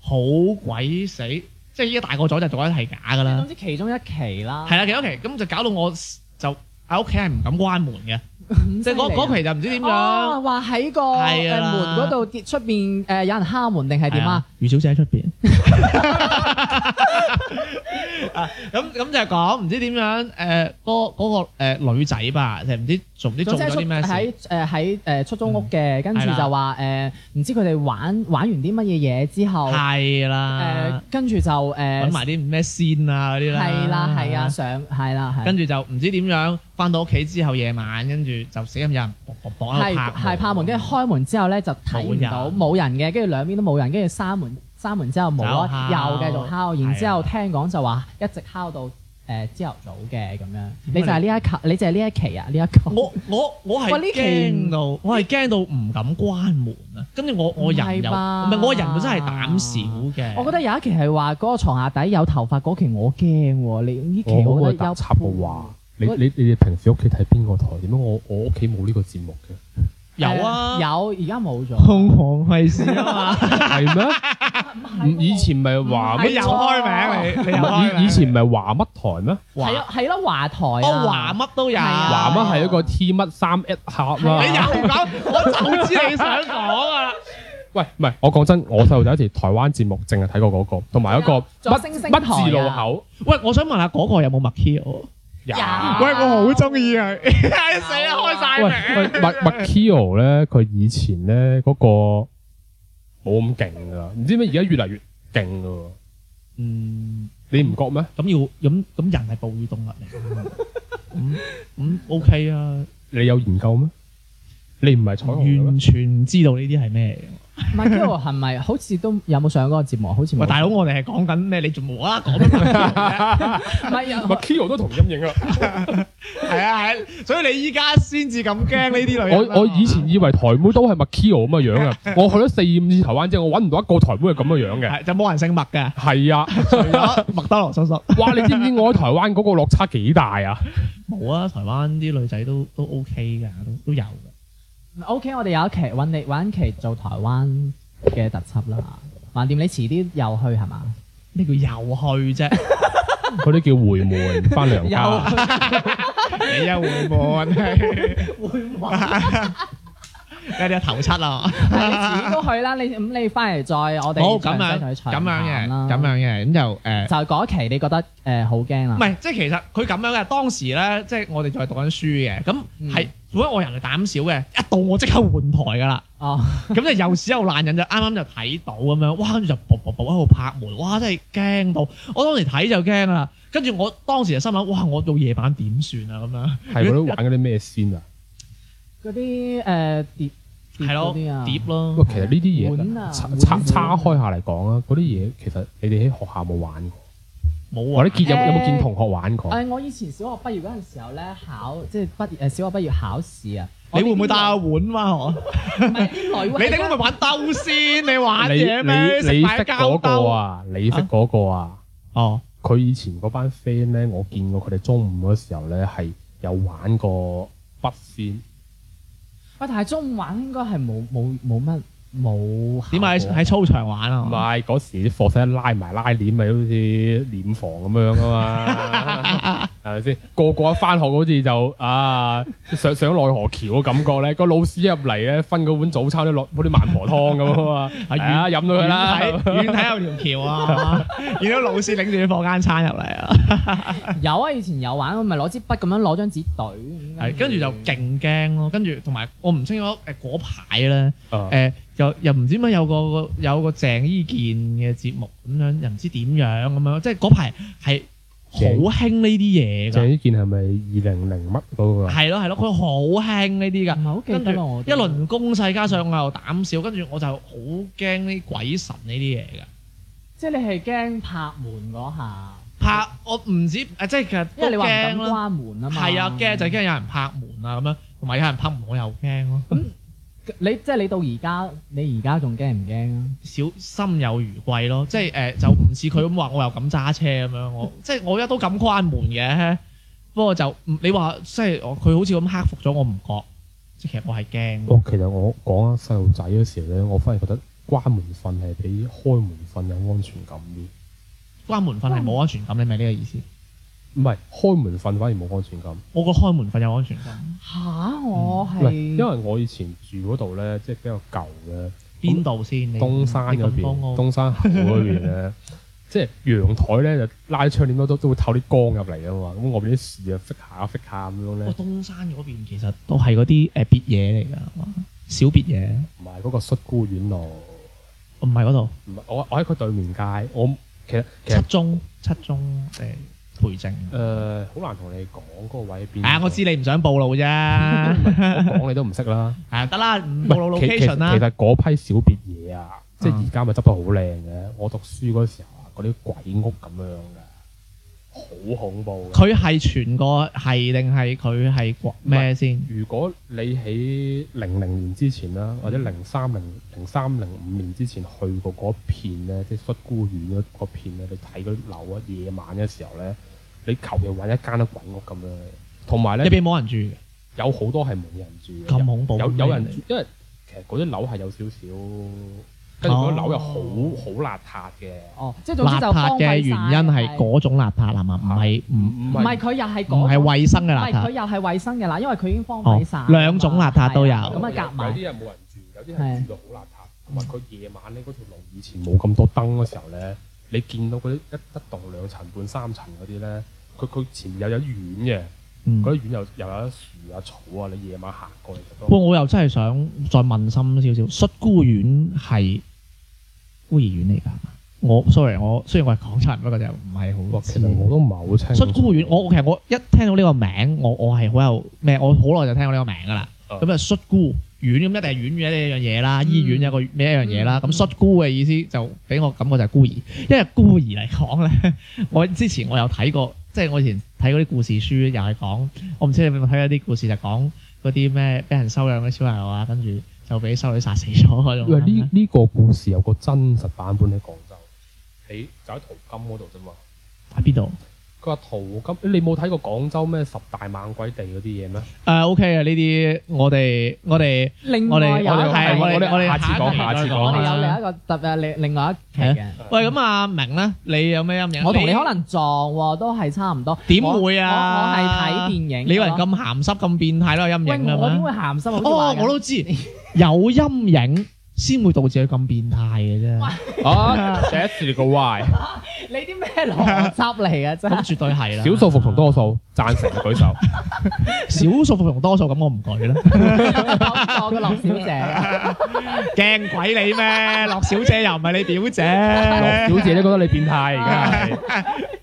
Speaker 2: 好鬼死，即係依家大個咗就做得係假㗎啦
Speaker 3: 總。之其中一期啦，
Speaker 2: 係啦，其中期咁就搞到我就喺屋企係唔敢關門嘅，
Speaker 3: 咁
Speaker 2: 即係嗰
Speaker 3: 犀利啊
Speaker 2: 嗰期就唔知點
Speaker 3: 哦，
Speaker 2: 樣。
Speaker 3: 話喺個
Speaker 2: 係
Speaker 3: 誒
Speaker 2: 啊
Speaker 3: 門嗰度跌出邊誒有人敲門定係點啊？？
Speaker 2: 余小姐喺出邊。 啊，咁咁就係講唔知點樣誒，嗰嗰個誒女仔吧，就唔知做唔知做
Speaker 3: 總之
Speaker 2: 咗
Speaker 3: 出
Speaker 2: 啲咩事。嗯
Speaker 3: 喺誒喺誒出租屋嘅，跟住
Speaker 2: 係啦
Speaker 3: 就話誒唔知佢哋玩玩完啲乜嘢嘢之後，
Speaker 2: 係
Speaker 3: 誒
Speaker 2: 啦，
Speaker 3: 跟住就
Speaker 2: 揾
Speaker 3: 誒
Speaker 2: 埋啲咩仙啊嗰啲啦。
Speaker 3: 係啦係啊上係啦係
Speaker 2: 跟。住就唔知點樣翻到屋企之後夜晚，跟住就死咁有人搏搏搏喺
Speaker 3: 係
Speaker 2: 度
Speaker 3: 係
Speaker 2: 拍
Speaker 3: 拍門，跟住開門之後咧就睇唔到冇人嘅，跟住兩邊都冇人，跟住閂門閂門之後冇啦，又繼續敲，然之後
Speaker 2: 啊
Speaker 3: 聽講就話一直敲到誒朝頭早嘅咁
Speaker 2: 啊
Speaker 3: 樣。你就係呢一期，你就係呢一期啊，呢一期。
Speaker 2: 我我我
Speaker 3: 哇呢
Speaker 2: 係
Speaker 3: 期
Speaker 2: 驚到，我係驚到唔敢關門啊！跟住我我人又唔
Speaker 3: 唔係吧
Speaker 2: 係我人本身係膽小嘅，
Speaker 3: 我覺得有一期係話嗰個床下底有頭髮嗰期我驚喎，你呢期
Speaker 2: 啊
Speaker 4: 我
Speaker 3: 我
Speaker 4: 我
Speaker 3: 覺得
Speaker 4: 搭
Speaker 3: 有
Speaker 4: 插嘅話，你你你哋平時屋企睇邊個台？點解我我屋企冇呢個節目嘅？
Speaker 2: 有啊，哦
Speaker 3: 有而家冇咗。
Speaker 2: 空行費事 啊嘛，
Speaker 4: 係咩？唔以前咪話
Speaker 2: 你
Speaker 3: 啊
Speaker 4: 乜
Speaker 2: 又開名你你又開
Speaker 4: 唔係
Speaker 2: 名
Speaker 4: 以以前咪話乜台咩？
Speaker 3: 係啊係咯華台啊，
Speaker 2: 我話乜都有，
Speaker 3: 係啊
Speaker 4: 話乜係一個 T 乜三 at 客
Speaker 2: 你
Speaker 4: 啦。
Speaker 2: 又講，我就知你想講啊！
Speaker 4: 喂，唔係，我講真，我細路仔嗰時台灣節目淨係睇過嗰個，同埋一個
Speaker 3: 係啊仲有
Speaker 4: 乜
Speaker 3: 星星
Speaker 4: 乜
Speaker 3: 台啊
Speaker 4: 字路口。
Speaker 2: 喂，我想問下嗰個有冇麥 Q？
Speaker 4: 有
Speaker 3: 有
Speaker 2: 喂，我好中意啊！ 死啦，開
Speaker 4: 喂
Speaker 2: 晒
Speaker 4: 喂
Speaker 2: 名。
Speaker 4: 麥麥 Kio 咧，佢以前咧嗰個冇咁勁噶，唔知點解而家越嚟越勁噶喎，
Speaker 2: 嗯，
Speaker 4: 你唔覺咩？
Speaker 2: 咁要咁咁人係哺乳動物嚟 㗎嘛，咁咁 OK 啊，
Speaker 4: 你有研究咩？你唔係彩虹嘅
Speaker 2: 完
Speaker 4: 咩？
Speaker 2: 全唔知道呢啲係咩嚟嘅。
Speaker 3: Michael 係咪好似都有冇上嗰個節目？好似
Speaker 2: 喂，
Speaker 3: 冇。
Speaker 2: 大佬，我哋係講緊咩？你仲無啦啦講咩？
Speaker 3: 唔係有
Speaker 4: 麥 Kio 都同陰影啊！
Speaker 2: 係啊係，所以你依家先至咁驚呢啲女人啊
Speaker 4: 我我以前以為台妹都係麥 Kio 咁嘅樣 啊，我去咗四五次台灣之後，我揾唔到一個台妹係咁嘅樣嘅。
Speaker 2: 係就冇人姓麥嘅，
Speaker 4: 係啊，
Speaker 2: 除咗麥當勞叔叔。
Speaker 4: 哇！你知唔知我喺台灣嗰個落差幾大啊？
Speaker 2: 冇啊，台灣啲女仔都都 OK 㗎，都都有嘅。
Speaker 3: OK，我哋有一期揾你揾一期做台灣嘅特輯啦。橫掂你遲啲又去係嘛？
Speaker 2: 咩叫又去啫？
Speaker 4: 嗰啲叫回門翻娘家。
Speaker 2: 你又會悶，
Speaker 3: 會唔會？
Speaker 2: 你哋頭七啊！
Speaker 3: 你遲啲都去啦。你咁你翻嚟再我哋
Speaker 2: 好咁
Speaker 3: 詳
Speaker 2: 樣
Speaker 3: 細同
Speaker 2: 咁
Speaker 3: 你詳
Speaker 2: 樣嘅，
Speaker 3: 談啦
Speaker 2: 咁樣嘅，咁就誒。
Speaker 3: 就嗰期你覺得誒好驚啊啦
Speaker 2: 唔？係，即係其實佢咁樣嘅，當時咧，即係我哋仲係讀緊書嘅，咁係本身我人係膽小嘅，一到我即刻換台㗎啦，
Speaker 3: 哦，
Speaker 2: 咁就又屎又爛人就啱啱就睇到咁樣，哇！跟住就噗噗噗喺度拍門，哇！真係驚到，我當時睇就驚啦，跟住我當時就心諗，哇！我到夜晚點算啊咁樣。
Speaker 4: 係嗰啲玩嗰啲咩先啊？
Speaker 3: 嗰啲誒碟碟
Speaker 2: 係咯，
Speaker 3: 嗰啲啊，
Speaker 2: 碟咯
Speaker 4: 喂，，其實呢啲
Speaker 3: 碗啊
Speaker 4: 嘢拆
Speaker 3: 碗
Speaker 4: 拆
Speaker 3: 碗
Speaker 4: 拆開下嚟講啊，嗰啲嘢其實你哋喺學校有冇玩過，
Speaker 2: 冇
Speaker 4: 或
Speaker 2: 啊
Speaker 4: 者，見有有冇
Speaker 3: 誒
Speaker 4: 見同學玩過？
Speaker 3: 誒，我以前小學畢業嗰陣時候咧，考即係畢業誒小學畢業考試啊。
Speaker 2: 你會唔會帶
Speaker 3: 我
Speaker 2: 個碗嘛？我
Speaker 3: 啲女？唔係啲女
Speaker 2: 你
Speaker 3: 喎
Speaker 2: 哋咁咪玩兜先，你玩嘢啊咩？
Speaker 4: 你你
Speaker 2: 食
Speaker 4: 你
Speaker 2: 埋
Speaker 4: 識
Speaker 2: 膠
Speaker 4: 嗰個
Speaker 2: 兜？
Speaker 4: 啊？你識嗰個啊？
Speaker 2: 哦，
Speaker 4: 佢以前嗰班 friend 咧，我見過佢哋中午嗰時候咧係有玩過筆仙，
Speaker 3: 喂，但係中午玩應該係冇冇冇乜冇
Speaker 2: 點解
Speaker 3: 效
Speaker 2: 喺
Speaker 3: 果
Speaker 2: 喺操場玩
Speaker 4: 唔
Speaker 2: 啊？
Speaker 4: 係嗰時啲課室一拉埋拉鏈，咪好似殮房咁 樣啊嘛，係咪先？個個一翻學好似就啊上上奈何橋嘅感覺咧，個老師一入嚟咧分嗰碗早餐都落嗰啲孟婆湯咁 啊嘛，係啊飲到佢啦，
Speaker 2: 遠睇遠睇有條橋 啊，見到老師領住啲課間餐入嚟啊，
Speaker 3: 有啊，以前有玩，我咪攞支筆咁樣攞張紙懟，
Speaker 2: 係跟住就勁驚咯，跟住同埋我唔清楚誒嗰排咧
Speaker 4: 啊
Speaker 2: 誒呃又又唔知乜有個有個鄭伊健嘅節目咁樣，又唔知點樣咁樣，即係嗰排係好興呢啲嘢
Speaker 4: 鄭
Speaker 2: 㗎，
Speaker 4: 伊健係咪二零零乜嗰個啊？
Speaker 2: 係咯係咯，佢好興呢啲㗎
Speaker 3: 唔。係好記得
Speaker 2: 跟住
Speaker 3: 啦，我
Speaker 2: 一輪攻勢，加上我又膽小，跟住我就好驚呢鬼神呢啲嘢㗎。
Speaker 3: 即係你係驚拍門嗰下，
Speaker 2: 拍我唔止誒，即係其實
Speaker 3: 因為你
Speaker 2: 都
Speaker 3: 話唔敢
Speaker 2: 驚啦。
Speaker 3: 關門啊嘛。
Speaker 2: 係啊，驚就係驚有人拍門啊咁樣，同埋有人拍門我又驚咯，
Speaker 3: 你即係你到而家，你而家仲驚唔驚啊？
Speaker 2: 小心有餘悸咯，即係誒、呃就唔似佢咁話我又敢揸車咁樣，我即係我一都敢關門嘅，不過就唔你話即係我佢好似咁克服咗我唔覺，即係其實我係驚，
Speaker 4: 我哦其實我講緊細路仔嗰時候咧，我反而覺得關門瞓係比開門瞓有安全感啲。
Speaker 2: 關門瞓係冇安全感，你咪呢個意思？
Speaker 4: 唔係開門瞓反而冇安全感，
Speaker 2: 我覺得開門瞓有安全感，
Speaker 3: 吓？我
Speaker 4: 唔係因
Speaker 3: 係
Speaker 4: 為我以前住嗰度咧，即係比較舊嘅
Speaker 2: 邊度先？你
Speaker 4: 東山嗰
Speaker 2: 你咁
Speaker 4: 邊，
Speaker 2: 幫我
Speaker 4: 東山口嗰邊咧， 即係陽台咧就拉窗簾都都都會透啲光入嚟啊嘛，咁我邊啲樹啊揈下揈下咁樣
Speaker 2: 我
Speaker 4: 咧，
Speaker 2: 哦東山嗰邊其實都係嗰啲呃誒別嘢嚟㗎，係嘛小別嘢，
Speaker 4: 同埋嗰個恤孤院路，
Speaker 2: 唔係嗰度。
Speaker 4: 唔係我我喺佢對面街，我其實其
Speaker 2: 七
Speaker 4: 實
Speaker 2: 中七中誒培正。
Speaker 4: 誒呃好難同你講嗰個位喺邊，
Speaker 2: 啊，我知你唔想暴露啫，係
Speaker 4: 我講你都唔識啦。
Speaker 2: 啊得啦，唔暴露
Speaker 4: 其其
Speaker 2: location 啦
Speaker 4: 其。實嗰批小別嘢啊，即係
Speaker 2: 嗯
Speaker 4: 而家咪執得好靚嘅。我讀書嗰時候啊，嗰啲鬼屋咁樣嘅，好恐怖嘅。
Speaker 2: 佢係全個係定係佢係國咩先？
Speaker 4: 如果你喺零零年之前
Speaker 2: 嗯
Speaker 4: 啦，或者零三零零三零五年之前去過嗰片咧，即係恤孤院嗰嗰片咧，你睇嗰啲樓啊，夜晚嘅時候咧，你求其揾一間都鬼屋咁樣嘅，同埋
Speaker 2: 入
Speaker 4: 咧
Speaker 2: 邊冇人住嘅，
Speaker 4: 有好多係冇人住嘅，
Speaker 2: 咁恐怖。
Speaker 4: 有有人
Speaker 2: 住
Speaker 4: 住，因為其實嗰啲樓係有少少，跟住嗰啲樓又好
Speaker 3: 哦
Speaker 4: 好邋遢嘅，
Speaker 3: 哦，即係總之
Speaker 2: 邋
Speaker 3: 就
Speaker 2: 遢
Speaker 3: 荒廢晒
Speaker 2: 嘅原因係
Speaker 3: 係
Speaker 2: 嗰種邋遢係嘛？唔係
Speaker 4: 唔
Speaker 2: 唔
Speaker 4: 唔
Speaker 3: 唔係佢又係
Speaker 2: 唔
Speaker 3: 嗰
Speaker 2: 係衞生嘅
Speaker 3: 唔
Speaker 2: 邋
Speaker 3: 係佢
Speaker 2: 遢，
Speaker 3: 又係衞生嘅啦，因為佢已經荒廢晒
Speaker 2: 哦兩種邋遢都有
Speaker 3: 係啊咁啊夾埋
Speaker 4: 有啲係冇人住，有啲係住到好邋遢，同埋佢夜晚咧嗰條路以前冇咁多燈嘅時候咧，你見到嗰啲一一棟兩層半三層嗰啲咧，佢佢前面又有院嘅，
Speaker 2: 嗯
Speaker 4: 嗰啲院又又有啲樹啊草啊，你夜晚行過嚟就
Speaker 2: 不過
Speaker 4: 都
Speaker 2: 我又真係想再問深少少，恤孤院係孤兒院嚟㗎。我 sorry，我雖然我係廣州人，不過就唔係好
Speaker 4: 哇。
Speaker 2: 知
Speaker 4: 其實我都唔係好清楚。
Speaker 2: 恤孤院，我我其實我一聽到呢個名，我我係好有咩？我好耐就聽過呢個名㗎啦。
Speaker 4: 啊
Speaker 2: 咁啊，恤孤院咁一定係院嘅呢一樣嘢啦，
Speaker 3: 嗯
Speaker 2: 醫院有個咩一樣嘢啦。
Speaker 3: 嗯
Speaker 2: 咁恤孤嘅意思就俾我感覺就係孤兒，因為孤兒嚟講咧， 我之前我有睇過，即係我以前睇嗰啲故事書，又係講，我唔知你有冇睇過啲故事就講嗰啲咩俾人收養嘅小朋友啊，跟住就俾修女殺死咗嗰
Speaker 4: 因為
Speaker 2: 種
Speaker 4: 呢
Speaker 2: 啦。
Speaker 4: 呢個故事有個真實版本喺廣州，喺就喺淘金嗰度啫嘛。
Speaker 2: 喺邊度？
Speaker 4: 佢話淘金，你冇睇過廣州咩十大猛鬼地嗰啲嘢咩？
Speaker 2: 誒 OK 啊，呢啲我哋我哋
Speaker 3: 另
Speaker 2: 我
Speaker 3: 外
Speaker 2: 哋
Speaker 3: 有一個
Speaker 2: 我哋係我哋我哋
Speaker 4: 下次講
Speaker 2: 一期再
Speaker 4: 下次講
Speaker 3: 我
Speaker 4: 我
Speaker 3: 哋
Speaker 4: 哋
Speaker 3: 有
Speaker 2: 啦
Speaker 3: 另一個特別另另外一期嘅。
Speaker 2: 喂，咁阿明咧，你有咩陰影？
Speaker 3: 我同你可能撞喎，都係差唔多。
Speaker 2: 點會啊
Speaker 3: 我我我係睇電影。
Speaker 2: 你個人咁鹹濕咁變態都有陰
Speaker 3: 喂，
Speaker 2: 影
Speaker 3: 我
Speaker 2: 㗎
Speaker 3: 點
Speaker 2: 咩？
Speaker 3: 會鹹濕啊？
Speaker 2: 哦，我都知，有陰影先會導致佢咁變態嘅啫。
Speaker 4: 啊，第一次你個 Y，
Speaker 3: 你啲咩邏輯嚟嘅真
Speaker 2: 咁
Speaker 3: 係？
Speaker 2: 絕對係啦。
Speaker 4: 少數服從，多數，贊成嘅 舉手。
Speaker 2: 少數服從多數，咁我唔 舉啦。
Speaker 3: 講錯個樂小姐，
Speaker 2: 驚鬼你咩？樂小姐又唔係你表姐。
Speaker 4: 羅小姐都覺得你變態而家係。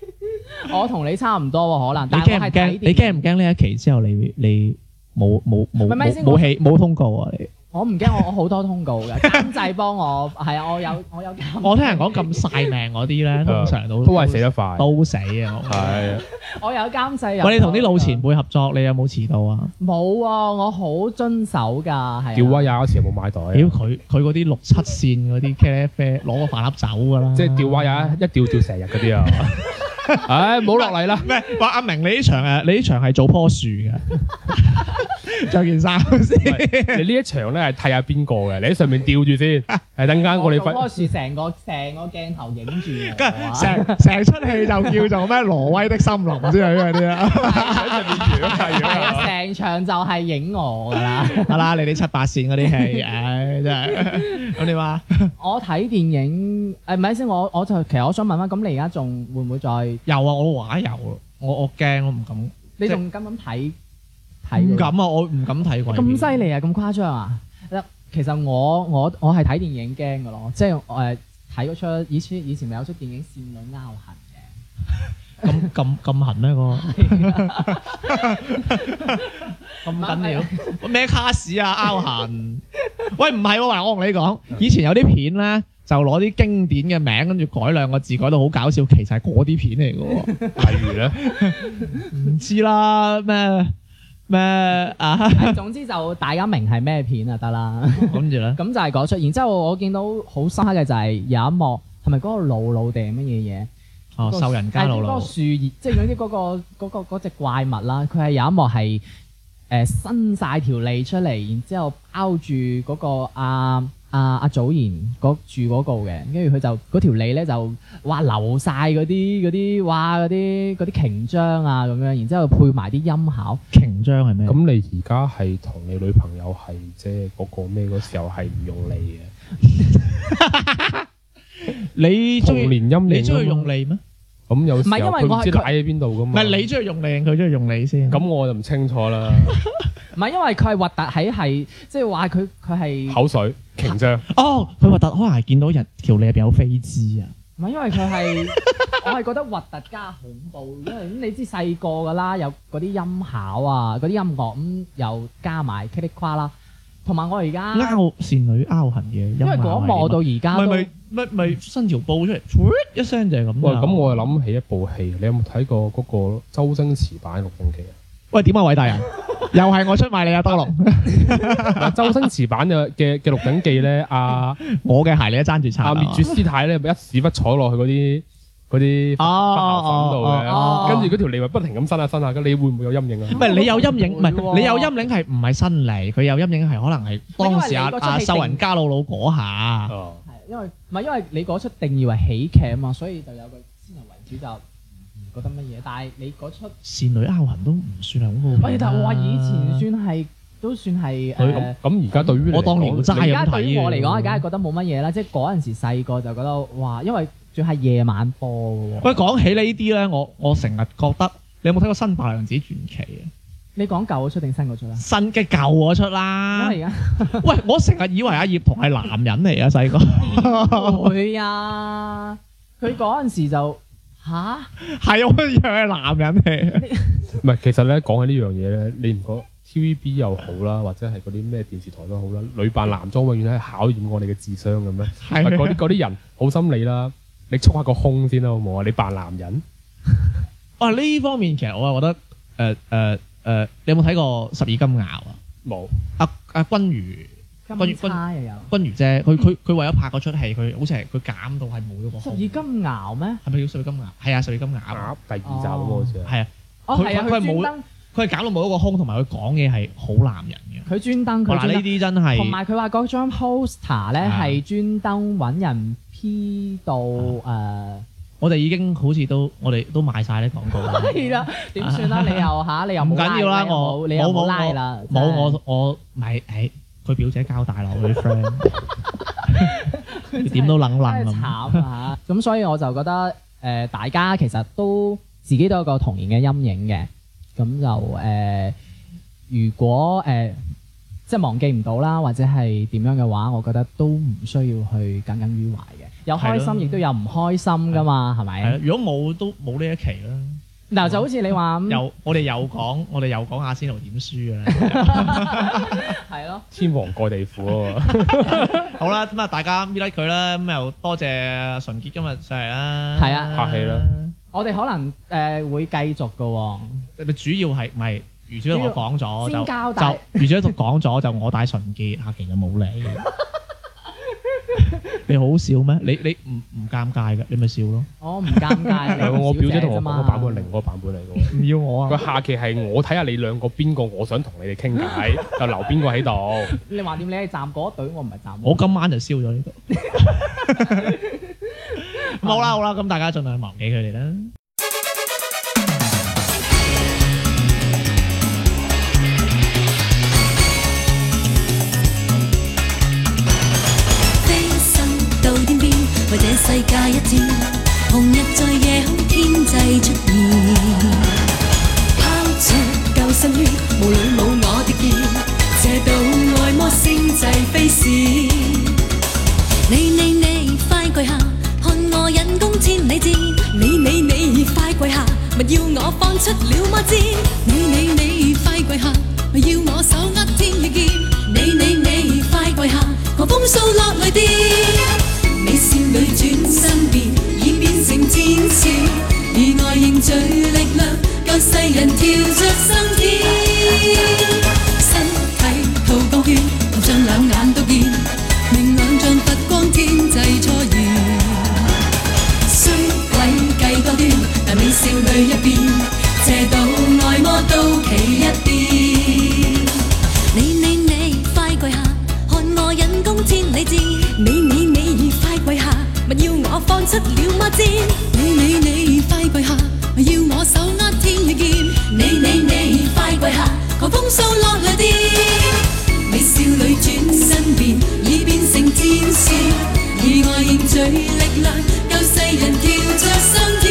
Speaker 3: 我同你差唔多喎，可能。
Speaker 2: 你
Speaker 3: 但係
Speaker 2: 驚
Speaker 3: 我
Speaker 2: 唔
Speaker 3: 係
Speaker 2: 驚
Speaker 3: 睇？
Speaker 2: 你驚
Speaker 3: 唔？
Speaker 2: 唔驚呢一期之後你你冇冇冇
Speaker 3: 咪咪
Speaker 2: 冇
Speaker 3: 先
Speaker 2: 冇
Speaker 3: 我
Speaker 2: 戲冇通告啊？你
Speaker 3: 我唔驚，我我好多通告嘅，監製幫我係啊，我有我有監製。
Speaker 2: 我聽人講咁晒命嗰啲咧，通常都
Speaker 4: 都係死得快。
Speaker 2: 都死啊！ 我
Speaker 4: 係
Speaker 3: 我有監製入。
Speaker 2: 喂，你同啲老前輩合作，你有冇遲到啊？
Speaker 3: 冇啊！我好遵守㗎，係。啊
Speaker 4: 吊威亞嗰時有冇買袋啊？
Speaker 2: 屌佢佢嗰啲六七線嗰啲茄喱啡攞個飯盒走㗎啦，
Speaker 4: 即係吊威亞一吊吊成日 嗰啲啊！唉，冇落嚟啦。
Speaker 2: 唔係話阿明你呢場誒，你呢場係做棵樹嘅， 着件衫先。
Speaker 4: 你呢一場咧係睇下邊個嘅，你喺上面吊住先。係等間我哋
Speaker 3: 棵
Speaker 4: 分
Speaker 3: 樹成個成個鏡頭影住我
Speaker 2: 跟
Speaker 3: 啊。
Speaker 2: 成成出戲就叫做咩挪威的森林之類嗰啲 啊，
Speaker 4: 喺上面揚係
Speaker 3: 係
Speaker 4: 揚
Speaker 3: 啊，成場就係影我㗎啦。
Speaker 2: 係啦，你哋七八線嗰啲戲，唉真係咁你啊話
Speaker 3: 我睇電影，誒唔係先，我我就其實我想問翻，咁你而家仲會唔會再？
Speaker 2: 有啊，我話有啊，我我驚我唔敢
Speaker 3: 你仲敢唔敢睇睇
Speaker 2: 唔
Speaker 3: 嗰啲？
Speaker 2: 敢啊，我唔敢睇鬼片
Speaker 3: 咁犀利啊！咁誇張啊！其實我我我係睇電影驚嘅咯，即係誒睇嗰出以前以前咪有出電影《倩女勾痕》嘅。
Speaker 2: 咁咁咁痕咩個？咁緊 要咩卡士啊？拗痕？喂，唔係喎，嗱，我同你講，以前有啲片咧。就攞啲經典嘅名，跟住改兩個字，改到好搞笑，其實係嗰啲片嚟嘅喎，
Speaker 4: 例如咧，
Speaker 2: 唔知啦咩咩啊，
Speaker 3: 誒總之就大家明係咩片就得啦。
Speaker 2: 跟住咧，
Speaker 3: 咁就係嗰出，然之後我見到好深刻嘅就係有一幕係咪嗰個露露定係乜嘢嘢？
Speaker 2: 哦，
Speaker 3: 個
Speaker 2: 獸人加露
Speaker 3: 係嗰個
Speaker 2: 露，
Speaker 3: 樹葉，即係總之嗰個嗰個嗰只怪物啦，佢係有一幕係誒伸晒條脷出嚟，然之後包住嗰個阿阿阿祖賢嗰住嗰個嘅，跟住佢就嗰條脷咧就哇流晒嗰啲嗰啲哇嗰啲嗰啲瓊漿啊咁樣，然之後配埋啲音效，
Speaker 2: 瓊章係咩？
Speaker 4: 咁你而家係同你女朋友係即係嗰個咩嗰時候係唔用力嘅，
Speaker 2: 你
Speaker 4: 童
Speaker 2: 中意
Speaker 4: 年陰影。
Speaker 2: 你中意用？利咩？
Speaker 4: 咁有時
Speaker 3: 唔係因
Speaker 4: 候
Speaker 3: 為
Speaker 4: 佢
Speaker 3: 我
Speaker 4: 唔
Speaker 3: 係
Speaker 4: 知
Speaker 3: 佢
Speaker 4: 奶喺邊度噶
Speaker 2: 唔
Speaker 4: 嘛？
Speaker 2: 係你中意用利定佢中意用你先？
Speaker 4: 咁我就唔清 楚啦。
Speaker 3: 唔係因為佢係核突喺係即係話佢佢係
Speaker 4: 口水、瓊漿，
Speaker 2: 哦，佢核突可能係見到人條脷入邊有飛枝啊！
Speaker 3: 唔係因為佢係， 我係覺得核突加恐怖，因為咁你知細個㗎啦，有嗰啲音效啊，嗰啲音樂咁、又加埋噼里跨啦，同埋我而家
Speaker 2: 拗倩女拗痕嘅音
Speaker 3: 因為嗰一幕我到而家
Speaker 2: 咪
Speaker 3: 都
Speaker 2: 咪咪咪伸條布出嚟，噗一聲就係咁
Speaker 4: 喂，
Speaker 2: 啦。
Speaker 4: 咁 我又諗起一部戲，你有冇睇過嗰個周星馳版《鹿鼎記》 啊？
Speaker 2: 喂點啊，偉大 人，又係我出賣你啊，多 龍！
Speaker 4: 嗱，周星馳版嘅嘅嘅《鹿鼎記》咧， 阿
Speaker 2: 我嘅鞋你都爭住擦
Speaker 4: 阿
Speaker 2: 啊
Speaker 4: 滅絕師太咧，咪一屎忽坐落去嗰啲嗰啲
Speaker 2: 哦哦
Speaker 4: 花粉
Speaker 2: 哦，
Speaker 3: 哦
Speaker 4: 度嘅，跟住嗰條脷咪不停咁伸下伸下，咁你會唔會有陰影啊？
Speaker 2: 唔係你有陰影，唔
Speaker 3: 唔會
Speaker 2: 係
Speaker 3: 喎
Speaker 2: 你有陰影係唔係新嚟？佢有陰影係可能係當時阿
Speaker 3: 因為
Speaker 2: 阿
Speaker 3: 你嗰出戲定
Speaker 2: 秀人加老老嗰下。
Speaker 4: 哦
Speaker 3: 係因為唔係因為你嗰出定義為喜劇啊嘛，所以就有個先入為主就唔覺得乜嘢，但係你嗰出，
Speaker 2: 倩女拗痕都唔算係好好。
Speaker 3: 喂，但係我話以前算係都算係誒。
Speaker 4: 佢咁咁而家對於你
Speaker 2: 我當年
Speaker 4: 嚟講
Speaker 2: 真係
Speaker 4: 你
Speaker 2: 係咁睇
Speaker 3: 而家對於我嚟講，
Speaker 2: 嘅
Speaker 3: 梗係覺得冇乜嘢啦。即係嗰陣時細個就覺得哇，因為仲係夜晚播嘅喎。
Speaker 2: 喂，講起呢啲咧，我我成日覺得你有冇睇過《新白娘子傳奇》啊？
Speaker 3: 你講舊嗰出定新嗰出啊？
Speaker 2: 新嘅舊嗰出啦
Speaker 3: 因。為而家
Speaker 2: 喂，我成日以為阿葉童係男人嚟啊，細個
Speaker 3: 唔會啊，佢嗰陣時就吓，
Speaker 2: 係
Speaker 3: 啊
Speaker 2: 我以為係男人嚟。
Speaker 4: 唔係，其實咧講起呢樣嘢咧，你唔覺 TVB 又好啦，或者係嗰啲咩電視台都好啦，女扮男裝永遠係考驗我哋嘅智商嘅咩？唔係嗰啊啲
Speaker 2: 係
Speaker 4: 嗰啲人好心理啦，你束下個胸先啦，好唔好啊？你扮男人，
Speaker 2: 哇！哦呢方面其實我係覺得誒誒誒，你有冇睇過《十二金鴨》啊？
Speaker 4: 冇
Speaker 2: 阿阿君如。
Speaker 3: 金叉又有
Speaker 2: 君如姐，佢佢佢為咗拍嗰出戲，佢好似係佢減到係冇咗個
Speaker 3: 十
Speaker 2: 胸
Speaker 3: 二金牛咩？
Speaker 2: 係咪叫《水金鴨》？係啊，《水金鴨》
Speaker 4: 鴨第二集咁啊好似係。
Speaker 2: 係啊，
Speaker 3: 哦，
Speaker 2: 佢
Speaker 3: 係啊，
Speaker 2: 佢係
Speaker 3: 佢專
Speaker 2: 冇
Speaker 3: 登，
Speaker 2: 佢係減到冇咗個胸，同埋佢講嘢係好男人嘅。
Speaker 3: 佢專登，佢
Speaker 2: 嗱，呢
Speaker 3: 專登。
Speaker 2: 啲真
Speaker 3: 同
Speaker 2: 係
Speaker 3: 埋佢話嗰張 poster 咧
Speaker 2: 啊
Speaker 3: 係專登揾人 P ờ, 到誒，
Speaker 2: 我哋已經好似都我哋都賣晒啲廣告啦。
Speaker 3: 係啦，點算啦？你又吓， 你又
Speaker 2: 唔
Speaker 3: 冇
Speaker 2: 緊要啦，
Speaker 3: 拉你又
Speaker 2: 我
Speaker 3: 冇你又
Speaker 2: 冇
Speaker 3: 冇
Speaker 2: 冇
Speaker 3: 拉啦，
Speaker 2: 冇
Speaker 3: 真係
Speaker 2: 我我咪誒，佢表姐交代啦，我啲 friend 佢點都冷冷
Speaker 3: 真
Speaker 2: 咁。
Speaker 3: 係慘 啊！咁所以我就覺得誒、呃大家其實都自己都有個童年嘅陰影嘅，咁就誒、呃如果誒、呃即係忘記唔到啦，或者係點樣嘅話，我覺得都唔需要去耿耿於懷嘅。有開
Speaker 2: 係咯
Speaker 3: 心，亦都有唔開心噶嘛，係
Speaker 2: 係啊
Speaker 3: 咪？，
Speaker 2: 如果冇都冇呢一期啦。
Speaker 3: 嗱，就好似你話嗯咁，
Speaker 2: 又我哋又講，我哋又講阿仙奴點輸嘅 啦。
Speaker 3: 係咯，
Speaker 4: 天王蓋地虎啊嘛！
Speaker 2: 好啦，咁啊，大家搣甩佢啦，咁又多謝純潔今日上嚟啦，
Speaker 3: 係啊
Speaker 4: 客氣啦
Speaker 3: 我哋可能誒、呃、會繼續嘅喎。
Speaker 2: 你主要係唔係余主任我講咗
Speaker 3: 先
Speaker 2: 就
Speaker 3: 交 代
Speaker 2: 就余主任講咗就我帶純潔，客其就冇 你。你好笑咩？你你唔唔尷尬嘅，你咪笑咯。
Speaker 3: 我唔尷 尬，你
Speaker 4: 係喎我表姐同我
Speaker 3: 啫
Speaker 4: 講
Speaker 3: 嘛
Speaker 4: 個版本係另外一個版本嚟嘅 喎。
Speaker 2: 唔要我啊
Speaker 4: 佢！下期係我睇下你兩個邊個，我想同你哋傾偈，就留邊個喺度。
Speaker 3: 你話點？你係站嗰一隊，我唔係站嗰一隊
Speaker 2: 我今晚就燒咗呢度。 咁好啦好啦，咁大家盡量忘記佢哋啦。
Speaker 5: 飛身到天邊，為這世界一戰。紅日在夜空天際出現，拋出救生圈，無裏冇我的肩，斜到外魔星際飛閃。事。你你你快跪下，看我引弓千里箭。你你你快跪下，勿要我放出了魔箭。你你你快跪下，勿要我手握天與劍。你你你快跪下，狂風掃落雷電。美少女轉身變，已變成天使，以愛凝聚力量，教世人跳出生天。身體透光圈，頭上兩眼都見，明亮像佛光天際初現。衰鬼計多端，但美少女一變，邪道外魔都企一邊。你你你快跪下，看我引弓千里箭。你你你快跪下，勿要我放出了魔箭。你你你快跪下，勿要我手握天與劍。你你你快跪下，狂風掃落雷電。美少女轉身變，已變成天使，以愛凝聚力量，救世人跳着生。